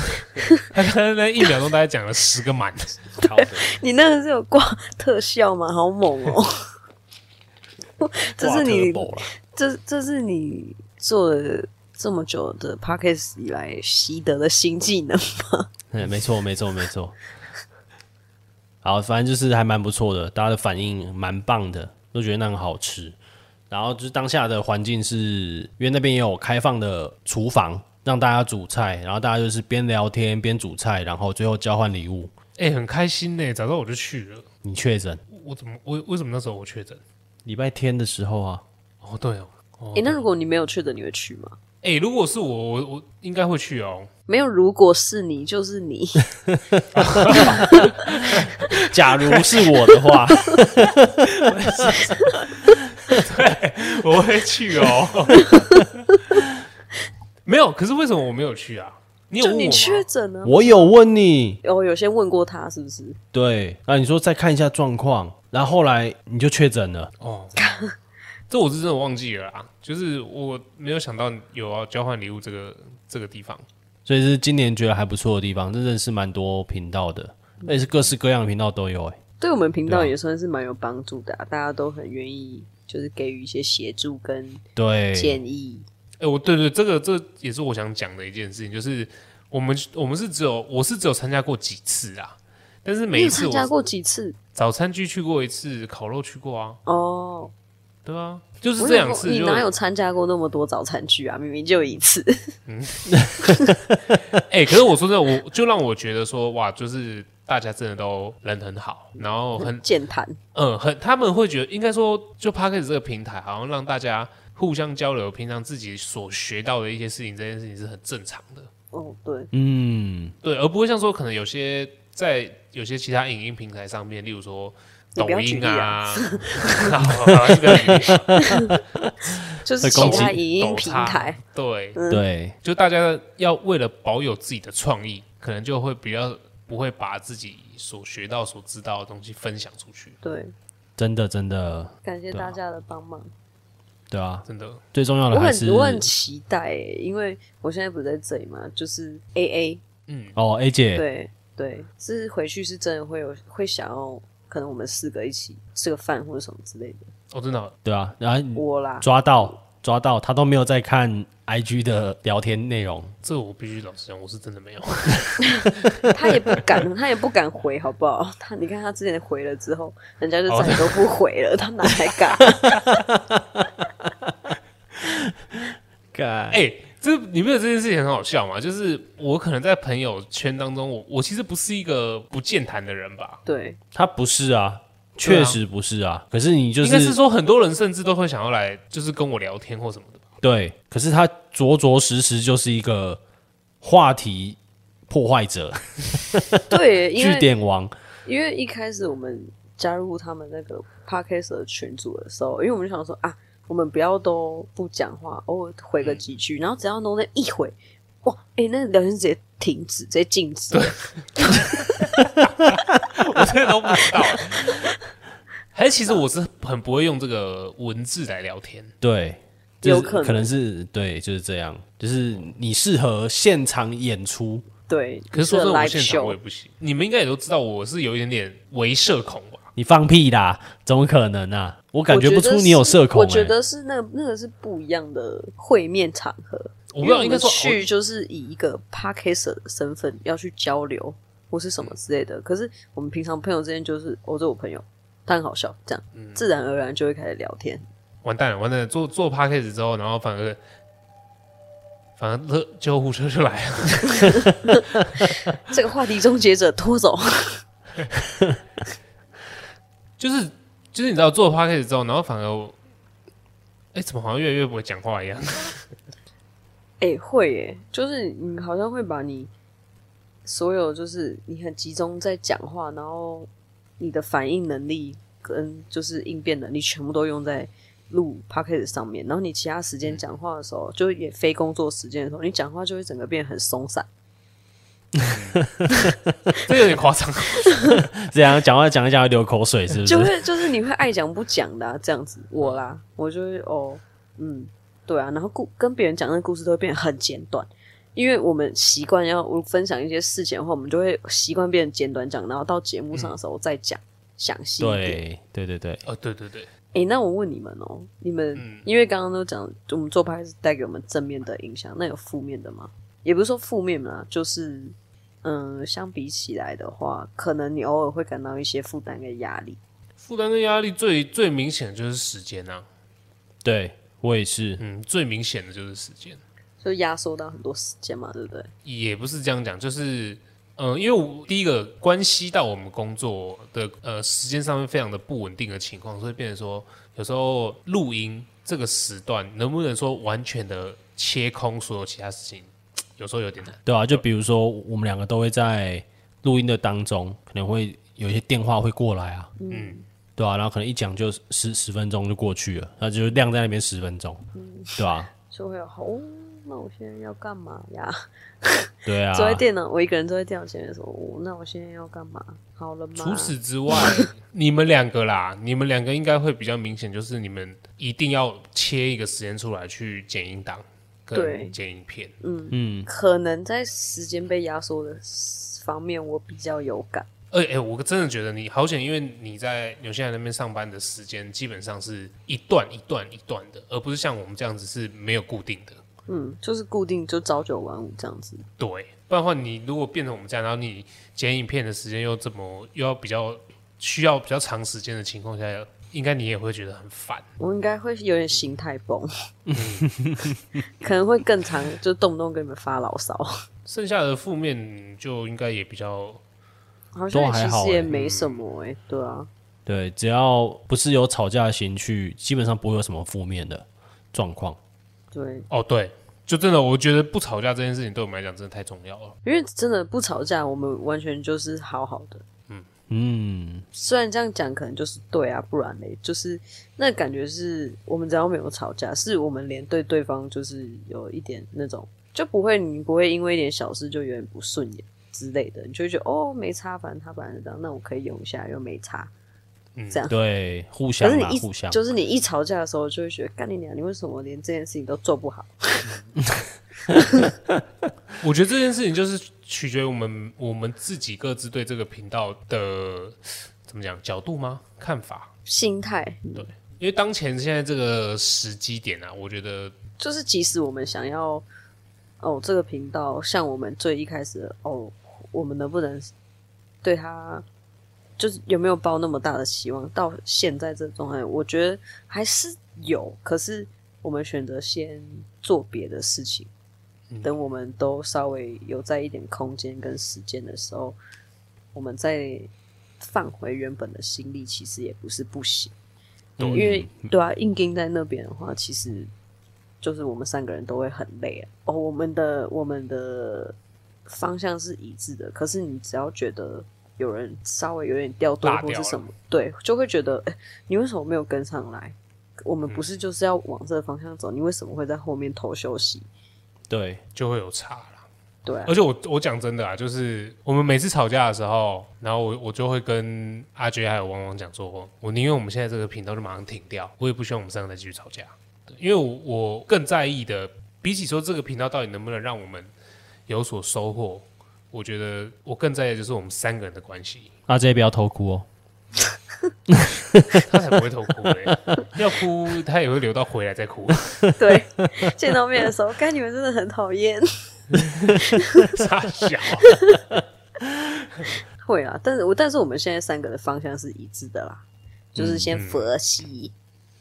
A: 他他那一秒钟大概讲了十个满，
C: 好的，
B: (laughs) 你那个是有挂特效吗？好猛
A: (laughs)
B: 哦！这是你，这这是你做了这么久的 p o d c a s t 以来习得的新技能。
C: (laughs) 嗯，没错，没错，没错。好，反正就是还蛮不错的，大家的反应蛮棒的，都觉得那很好吃。然后就是当下的环境是，因为那边也有开放的厨房，让大家煮菜，然后大家就是边聊天边煮菜，然后最后交换礼物。
A: 哎、很开心呢、早知道我就去了。
C: 你确诊
A: 我怎么我为什么那时候我确诊？
C: 礼拜天的时候啊，
A: 哦，对哦，
B: 诶、那如果你没有去的，你会去吗？
A: 哎、如果是我，我我应该会去哦。
B: 没有，如果是你，就是你。
C: 假如是我的话，
A: 我会去哦。 (laughs) 没有，可是为什么我没有去啊？ (laughs) 你有
B: 就
A: 问我
B: 你确
A: 吗？
B: 诊了，哦
C: 我有问你，
B: 有有先问过他是不是？
C: 对，那你说再看一下状况，然后后来你就确诊了，
A: 哦，这我是真的忘记了啊。就是我没有想到有要交换礼物这个这个地方。
C: 所以是今年觉得还不错的地方，真的是蛮多频道的，
B: 嗯
C: 而且是各式各样的频道都有、欸，
B: 对我们频
A: 啊
B: 道也算是蛮有帮助的啊、大家都很愿意，就是给予一些协助跟
C: 对，
B: 建议。
A: 哎、我对对，这个这也是我想讲的一件事情，就是我们我们是只有我是只有参加过几次啊，但是每
B: 你
A: 一
B: 有
A: 次
B: 参
A: 我
B: 加过几次？
A: 早餐居去过一次，烤肉去过啊，
B: 哦，
A: 对啊，就是
B: 我
A: 这
B: 想
A: 两
B: 说
A: 次
B: 你
A: 就
B: 哪有参加过那么多早餐剧啊？明明就一次。
A: 哎、可是我说真的，我就让我觉得说哇，就是大家真的都人很好，然后很
B: (laughs) 健谈，
A: 嗯很他们会觉得应该说就 p a r k e 这个平台好像让大家互相交流，平常自己所学到的一些事情，这件事情是很正常的。
B: 哦，对，
C: 嗯，
A: 对，而不会像说可能有些在有些其他影音平台上面，例如说
B: 你
A: 抖
B: 不要举
A: 音
B: 例
A: 啊 (laughs) 好
B: 啊， (laughs)
A: 好好这个
B: 就是
C: 会
B: 其
C: 攻击
B: 他影音
A: 啊抖
B: 平
A: 叉
B: 台， (laughs)
A: 对，
B: 嗯
C: 对，
A: 就大家要为了保有自己的创意，可能就会比较不会把自己所学到、所知道的东西分享出去，
B: 对，
C: 真的真的，
B: 感谢
C: 对啊
B: 大家的帮忙。
C: 对啊，
A: 真的。
C: 最重要
B: 我
C: 的还
B: 很
C: 是
B: 我很期待、欸，因为我现在不在这里嘛，就是 A A，
C: 哦，A 姐，
B: 对对，是回去是真的会有会想要，可能我们四个一起吃个饭或者什么之类的。
A: 哦，真的哦
C: 对啊，然后你
B: 我啦，
C: 抓到抓到，他都没有在看 IG 的聊天内容，
A: 这我必须老实讲，我是真的没有。 (laughs)
B: 他也不敢，他也不敢回，好不好？他你看他之前回了之后，人家就再
C: 哦
B: 也都不回了，他哪还
C: (laughs)
B: 敢？
C: 干
A: 哎、这你没有这件事情很好笑吗？就是我可能在朋友圈当中，我我其实不是一个不健谈的人吧，
B: 对，
C: 他不是啊，
A: 对啊
C: 确实不是啊。可是你就
A: 应该是说很多人甚至都会想要来，就是跟我聊天或什么的吧。
C: 对，可是他着着实实就是一个话题破坏者、
B: 对，因
C: 据
B: 为
C: 点王。
B: 因为一开始我们加入他们那个 podcast 的群组的时候，因为我们就想说啊，我们不要都不讲话，偶尔回
C: 嗯
B: 个几句，然后只要 no 那一回，哇，哎、那聊天直接停止，直接静止，
A: 我真的都不知道。还是其实我是很不会用这个文字来聊天，
C: 对，就
B: 有
C: 是
B: 可能
C: 可能是对，就是这样，就是你适合现场演出。
B: 对，
A: 可是啊说真的，我
B: live
A: 现场我
B: show
A: 也。不行。你们应该也都知道，我是有一点点微社恐吧？
C: 你放屁啦！怎么可能啊？我感
B: 我
C: 觉不出你有社恐、
B: 我
C: 欸。
B: 觉得是那那个是不一样的会面场合。
A: 我
B: 因
A: 不
B: 为
A: 知
B: 我
A: 道，应该
B: 们
A: 说哦
B: 去就是以一个 parker 的身份要去交流或是什么之类的。可是我们平常朋友之间就是，我、哦、这我朋友，他很好笑，这样、自然而然就会开始聊天。
A: 完蛋了，完蛋了！做 (laughs) 做 p a c a s e 之后，然后反而反而乐救护车就来了。
B: 这个话题终结者拖走，
A: 就是就是你知道做 p o d c a s 之后，然后反而我，哎、怎么好像越来越不会讲话一样？ (laughs)
B: 哎、会耶、就是你好像会把你所有就是你很集中在讲话，然后你的反应能力跟就是应变能力全部都用在录 p o c k e t 上面，然后你其他时间讲话的时候，就也非工作时间的时候，你讲话就会整个变得很松散。
A: 这有点夸张。
C: 这样讲话讲一讲会流口水，是不？
B: 就是会就是你会爱讲不讲的、啊、这样子，我啦，我就会哦，嗯，对啊，然后故跟别人讲那个故事都会变得很简短，因为我们习惯要我分享一些事情的话，我们就会习惯变得简短讲，然后到节目上的时候再讲详细一点。
C: 对对对对，
A: (laughs) 哦，对对对，
B: 诶，那我问你们哦，你们、
C: 嗯
B: 因为刚刚都讲我们做拍是带给我们正面的影响，那有负面的吗？也不是说负面啦，就是嗯，相比起来的话，可能你偶尔会感到一些负担跟压力。
A: 负担跟压力最最明显的就是时间啊，
C: 对我也是。
A: 嗯，最明显的就是时间。啊
B: 就压缩到很多时间嘛，对不对？
A: 也不是这样讲，就是呃，因为我第一个关系到我们工作的呃时间上面非常的不稳定的情况，所以变成说有时候录音这个时段能不能说完全的切空所有其他事情，有时候有点难。
C: 对啊，就比如说我们两个都会在录音的当中，可能会有一些电话会过来啊，嗯，对啊，然后可能一讲就十十分钟就过去了，那就晾在那边十分钟，对啊，
B: 就会有好、哦，那我现在要干嘛呀？
C: 对啊，
B: 坐在电脑，我一个人坐在电脑前面说，哦，那我现在要干嘛？好了吗？
A: 除此之外，你们两个啦，你们两个应该会比较明显，就是你们一定要切一个时间出来去剪音档
B: 对
A: 跟剪影片。
C: 嗯
B: 可能在时间被压缩的方面，我比较有感。
A: 哎、哎，我真的觉得你好险，因为你在纽西兰那边上班的时间基本上是一段一段一段的，而不是像我们这样子是没有固定的。
B: 嗯，就是固定就朝九晚五这样子。
A: 对，不然的话，你如果变成我们这样，然后你剪影片的时间又这么又要比较需要比较长时间的情况下，应该你也会觉得很烦。
B: 我应该会有点心态崩，
C: (laughs)
B: 可能会更长，就动不动跟你们发牢骚。
A: 剩下的负面就应该也比较
B: 好像也
C: 都还
B: 其
C: 好
B: 实也
C: 欸
B: 没什么哎、对啊，
C: 对，只要不是有吵架的情绪，基本上不会有什么负面的状况。
B: 对，
A: 哦，对，就真的，我觉得不吵架这件事情对我们来讲真的太重要了。
B: 因为真的不吵架，我们完全就是好好的。
C: 嗯，
B: 虽然这样讲可能就是对啊，不然嘞，就是那感觉是我们只要没有吵架，是我们连对对方就是有一点那种就不会，你不会因为一点小事就有点不顺眼之类的，你就会觉得哦没差，反正他本来是这样，那我可以用一下又没差，这样。
C: 对，互
B: 可
C: 相
B: 是你
C: 嘛，互
B: 一
C: 相。
B: 就是你一吵架的时候，就会觉得干你娘，你为什么连这件事情都做不好？
A: 我觉得这件事情就是取决于我们我们自己各自对这个频道的怎么讲角度吗？看法。
B: 心态，
A: 对，因为当前现在这个时机点啊，我觉得
B: 就是即使我们想要哦这个频道，像我们最一开始的哦，我们能不能对他就是有没有抱那么大的希望？到现在这个状态，我觉得还是有，可是我们选择先做别的事情，等我们都稍微有在一点空间跟时间的时候，我们再放回原本的心力，其实也不是不行。
A: 对
B: 因为对啊，硬盯在那边的话，其实就是我们三个人都会很累啊。哦，我们的我们的方向是一致的，可是你只要觉得有人稍微有点掉队
A: 落
B: 或
A: 掉
B: 是
A: 了
B: 什么，对，就会觉得、哎，你为什么没有跟上来？我
A: 嗯
B: 们不是就是要往这个方向走，你为什么会在后面偷休息？
C: 对，
A: 就会有差了。
B: 对啊
A: 而，且我我讲真的啊，就是我们每次吵架的时候，然后我我就会跟阿杰还有汪汪讲说，我宁愿我们现在这个频道就马上停掉，我也不希望我们三个再继续吵架。对，因为我我更在意的，比起说这个频道到底能不能让我们有所收获，我觉得我更在意的就是我们三个人的关系。
C: 阿 J 不要偷哭哦。
A: 他才不会偷哭嘞、要哭他也会留到回来再哭，
B: 对，见到面的时候，该你们真的很讨厌。
A: 傻小。啊
B: 会啊，但是我但是我们现在三个的方向是一致的啦，就是先佛系。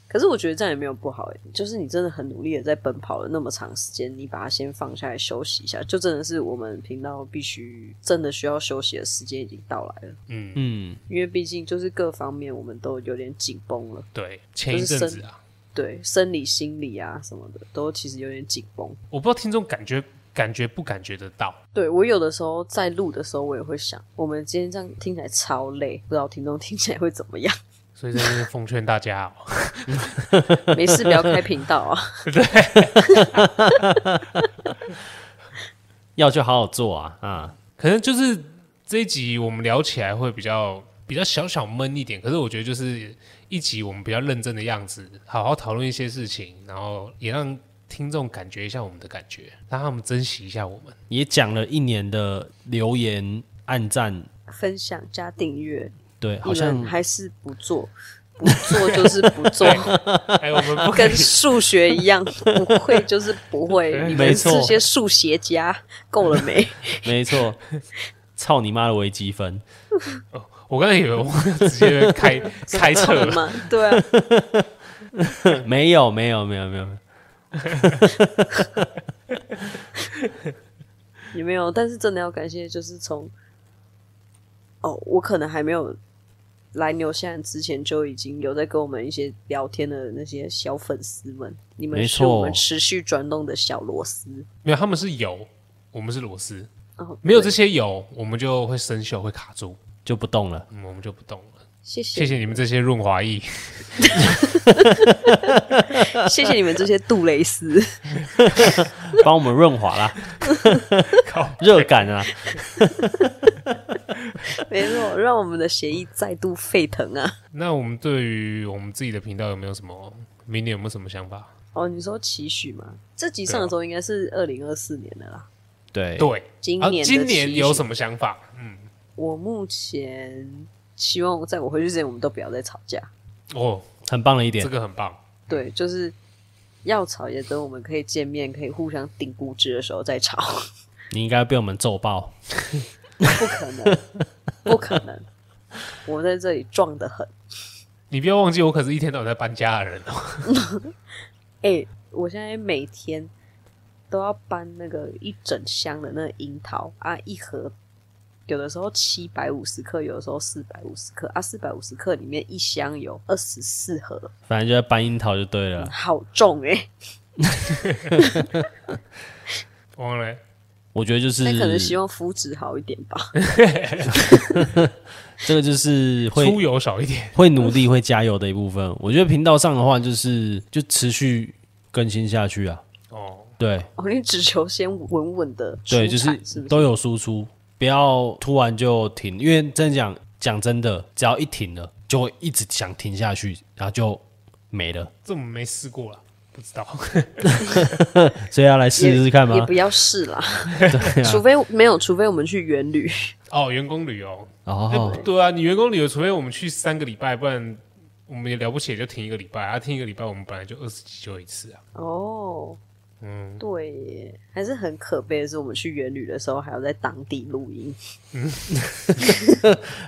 B: 可是我觉得这样也没有不好、欸，就是你真的很努力的在奔跑了那么长时间，你把它先放下来休息一下，就真的是我们频道必须真的需要休息的时间已经到来了，
A: 嗯，
C: 嗯，
B: 因为毕竟就是各方面我们都有点紧绷了，
A: 对，前一阵子啊，
B: 对，生理、心理啊什么的都其实有点紧绷。
A: 我不知道听众感觉感觉不感觉得到，
B: 对我有的时候在录的时候，我也会想，我们今天这样听起来超累，不知道听众听起来会怎么样。
A: 所以在这边奉劝大家哦。
B: 没事，不要开频道啊。
C: 要就好好做啊啊！
A: 可能就是这一集我们聊起来会比较比较小小闷一点，可是我觉得就是一集我们比较认真的样子，好好讨论一些事情，然后也让听众感觉一下我们的感觉，让他们珍惜一下我们。
C: 也讲了一年的留言、暗赞，
B: 分享加订阅，
C: 对，
B: 一
C: 好
B: 人
C: 像
B: 还是不做，不做就是不做，
A: 哎，我们不可
B: 跟
A: 以，
B: 数学一样，不会就是不会。你们
C: 没错
B: 这些数学家够了没？
C: 没错。 (laughs) 操你妈的微积分！
A: 我刚才以为我直接开开车
B: 够了
A: 了，
B: 吗？对啊，
C: 没有，没有，没有，没有。
B: 也没有。但是真的要感谢，就是从哦，我可能还没有来纽西兰之前，就已经有在跟我们一些聊天的那些小粉丝们，你们
C: 没
B: 是我
C: 错
B: 们持续转动的小螺丝。
A: 没有，他们是油，我们是螺丝，
B: 哦，
A: 没有这
B: 对，
A: 些油，我们就会生锈，会卡住，
C: 就不动了。
A: 嗯，我们就不动了。
B: 谢
A: 谢
B: 谢
A: 谢你们这些润滑液，
B: 谢谢你们这些杜蕾斯。
C: 帮我们润滑啦，热感啊，
B: (laughs) 没错，让我们的协议再度沸腾啊！
A: 那我们对于我们自己的频道有没有什么明年有没有什么想法？
B: 哦，你说期许吗？这集上的时候应该是二零二四年的啦。
C: 对，
A: 对，
B: 今
A: 啊
B: 年、的
A: 今年有什
B: 么？
A: 么想法？嗯，
B: 我目前希望在我回去之前，我们都不要再吵架。
A: 哦，
C: 很棒的一
A: 这
C: 点。
A: 个很棒。
B: 对，就是要吵也等我们可以见面，可以互相顶估值的时候再吵。 (laughs)
C: 你应该被我们揍爆，
B: 不可能，不可能，我在这里撞得很。
A: 你不要忘记，我可是一天到晚在搬家的人
C: (laughs)
A: 哦。
B: 哎、我现在每天都要搬那个一整箱的那个樱桃啊，一盒有的时候七百五十克，有的时候四百五十克啊，四百五十克里面一箱有二十四盒，
C: 反正就在搬樱桃就对了。
B: 好重哎、
A: 忘了，
C: 我觉得就是
B: 那可能希望肤质好一点吧。
C: 这个就是会
A: 出游少一点。
C: 会努力会加油的一部分。我觉得频道上的话，就是就持续更新下去啊。
A: 哦，
C: 对
B: 我跟你只求先稳稳的
C: 对，就是
B: 是不是？
C: 都有输出，不要突然就停，因为真的讲讲真的，只要一停了，就会一直想停下去，然后就没了。
A: 这我们没试过了，不
C: (laughs)
A: 知道。
C: 所以要来试试看
B: 也
C: 吗
B: 不？要试啦，
C: (laughs) 对
B: 除
C: 啊，
B: 非没有，除非我们去远旅。
A: 哦，员工旅游。
C: 哦，
A: 对啊，你员工旅游，除非我们去三个礼拜，不然我们也了不起，也就停一个礼拜啊，停一个礼拜，我们本来就二十集就一次啊。
B: 哦，嗯，对耶，还是很可悲的是，我们去远旅的时候还要在当地录音。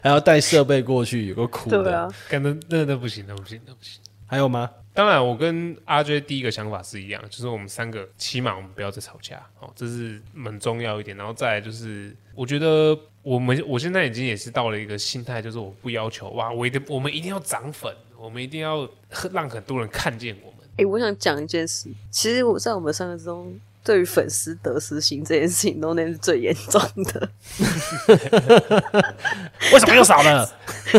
C: 还要带设备过去，有个苦的。
B: 对啊，
A: 感觉那那不行，那不行，那不行。
C: 还有吗？
A: 当然，我跟阿 J 第一个想法是一样，就是我们三个起码我们不要再吵架，哦，这是蛮重要一点。然后再来就是，我觉得我们我现在已经也是到了一个心态，就是我不要求哇，我一定我们一定要涨粉，我们一定要让很多人看见我们。
B: 诶，我想讲一件事，其实我在我们三个之中，对于粉丝得失心这件事情，都那是最严重的。 (laughs)
C: 为什么又
B: (laughs)
C: 少了？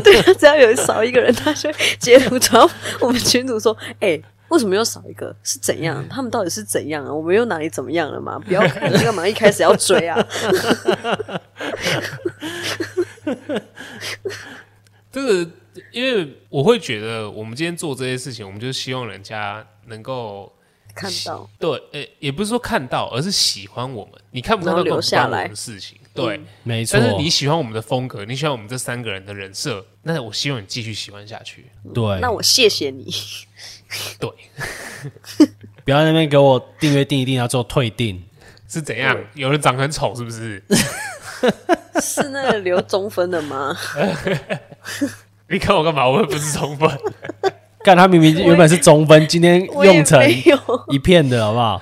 B: 对啊，只要有少一个人，他就会截图传我们群主说：“哎、为什么又少一个？是怎样？他们到底是怎样啊？我们又哪里怎么样了嘛？不要看，干嘛一开始要追啊？
A: 这个，因为我会觉得我们今天做这些事情，我们就是希望人家能够
B: 看到
A: 对，呃、也不是说看到，而是喜欢我们。你看不看
B: 然后
A: 到
B: 留下
A: 关我
B: 来
A: 们的事情，对。
C: 没错
A: 但，是你喜欢我们的风格，你喜欢我们这三个人的人设，那我希望你继续喜欢下去。
C: 对，
B: (laughs) 那我谢谢你。
A: 对， (laughs)
C: 不要在那边给我订阅订一订，然后之后退订。
A: 是怎样？有人长很丑是不是？ (laughs)
B: 是那个留中分的
C: (laughs)
B: 吗？
A: 你看我干嘛？我又不是中
B: (laughs)
A: 分，
C: 干他明明原本是中分，今天
B: 我也
C: 用成
B: 没有。 (laughs)
C: 一片的好不好？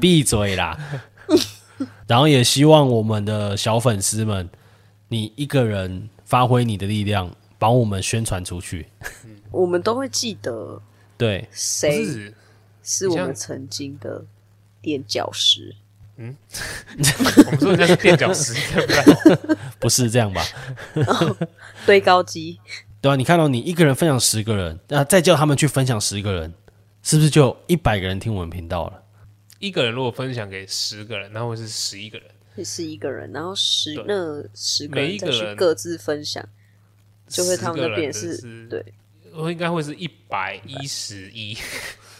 C: 闭嘴啦！然后也希望我们的小粉丝们，你一个人发挥你的力量，帮我们宣传出去。
B: 我们都会记得
C: 对，
A: 不
B: 谁
A: 是
B: 是我们曾经的垫脚石。
A: 我们说人家是垫脚石，对不对？
B: (laughs)
C: 不是这样吧？
B: 堆高机，
C: 对啊，你看到、你一个人分享十个人，那、再叫他们去分享十个人，是不是就一百个人听我们频道了？
A: 一个人如果分享给十个人，那会是十一个人，
B: 也是一个人，然后十
A: 对
B: 那十个
A: 每
B: 人
A: 一个
B: 再
A: 人
B: 去各自分享，就会他们
A: 10个
B: 那
A: 人
B: 边
A: 的
B: 是
A: 是
B: 对
A: 我应该会是一百一十一。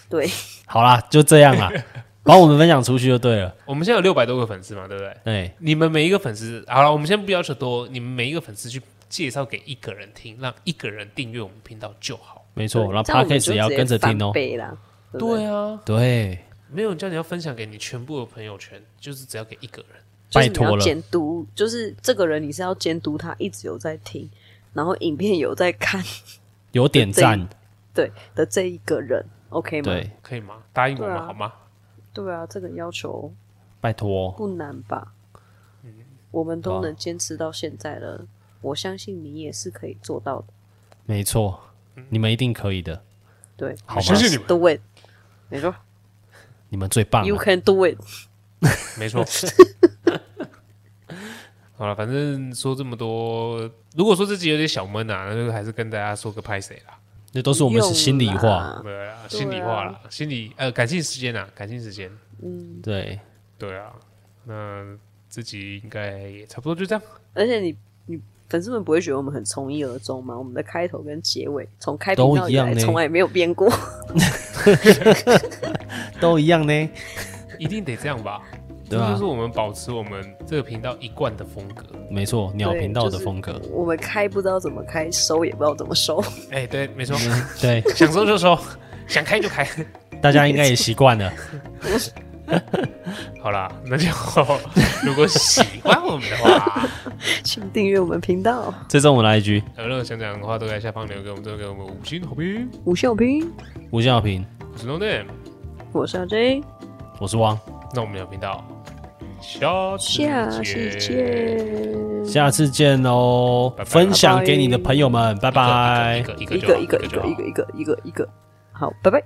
B: 对，
C: 好啦，就这样
B: (laughs)
C: 啦，帮我们分享出去就对了。哎
A: 我们现在有六百多个粉丝嘛，对不对？
C: 对，
A: 你们每一个粉丝，好了，我们先不要求多，你们每一个粉丝去介绍给一个人听，让一个人订阅我们频道就好。
C: 没错，哦然后
B: (laughs) 这样我们
C: podcast
B: 就
C: 也要
B: 直接
C: 跟着听
B: 翻
C: 哦。
B: 倍啦，对不对
A: 对啊，
C: 对，
A: 没有人叫你要分享给你全部的朋友圈，就是只要给一个人。
B: 就是
C: 拜
B: 你要
C: 托了，
B: 监督，就是这个人你是要监督他一直有在听，然后影片有在看，
C: 有点赞，
B: 对的这一个人，OK 吗？
C: 对，
A: 可以吗？答应我们、
B: 对啊
A: 好吗？
B: 对啊，这个要求
C: 拜托，
B: 不难吧？我们
C: 好
B: 都
C: 啊
B: 能坚持到现在了，我相信你也是可以做到的。
C: 没错，你们一定可以的，
B: 对
C: 好吗？
A: 谢谢你们，
B: ，Do it，没错
C: 你们最棒啊
B: ，You
C: 了，
B: can do it。
A: 没错。 (laughs) 好了，反正说这么多，如果说这集有点小闷啊，那就还是跟大家说个拍谁啦，
C: 这都是我们
B: 用
C: 心里话。
B: 啦，
A: 对啊，心里话啦，心里呃感性时间啊，感性时间，
C: 对，
A: 对啊，那这集应该也差不多就这样。
B: 而且你你粉丝们不会觉得我们很从一而终吗？我们的开头跟结尾从开
C: 都
B: 屏到
C: 一
B: 以
C: 样
B: 来
C: 呢
B: 从来没有变过， (laughs)
C: 都一样呢。
A: 一定得这样吧？
C: 对啊
A: 这就是我们保持我们这个频道一贯的风格。
C: 没错，鸟
B: 对
C: 频道的
B: 就是
C: 风格，
B: 我们开不知道怎么开，收也不知道怎么收。 (laughs)
A: 哎、对，没
C: (laughs)
A: 错，
C: (laughs) 对，
A: 想收就收，想开就开。
C: 大家应该也习惯 (laughs) 了。
A: 好啦，那就如果喜欢我们的话， (laughs)
B: 请订阅我们频道，
C: 这次我们来一句
A: 有任何想讲的话，都在下方留给我们，都给我们五星好评。
B: 吴秀平，
C: 吴小平，
A: 我是 No Name，
B: 我是阿 J，
C: 我是汪，
A: 那我们聊频道，下次
B: 下次见，
C: 下次见喽
A: 拜！拜
C: 分享给你的朋友们，拜拜
A: 一。个一个
B: 一
A: 就好
B: 个一个一个一个一个一个一个一个，好，拜拜。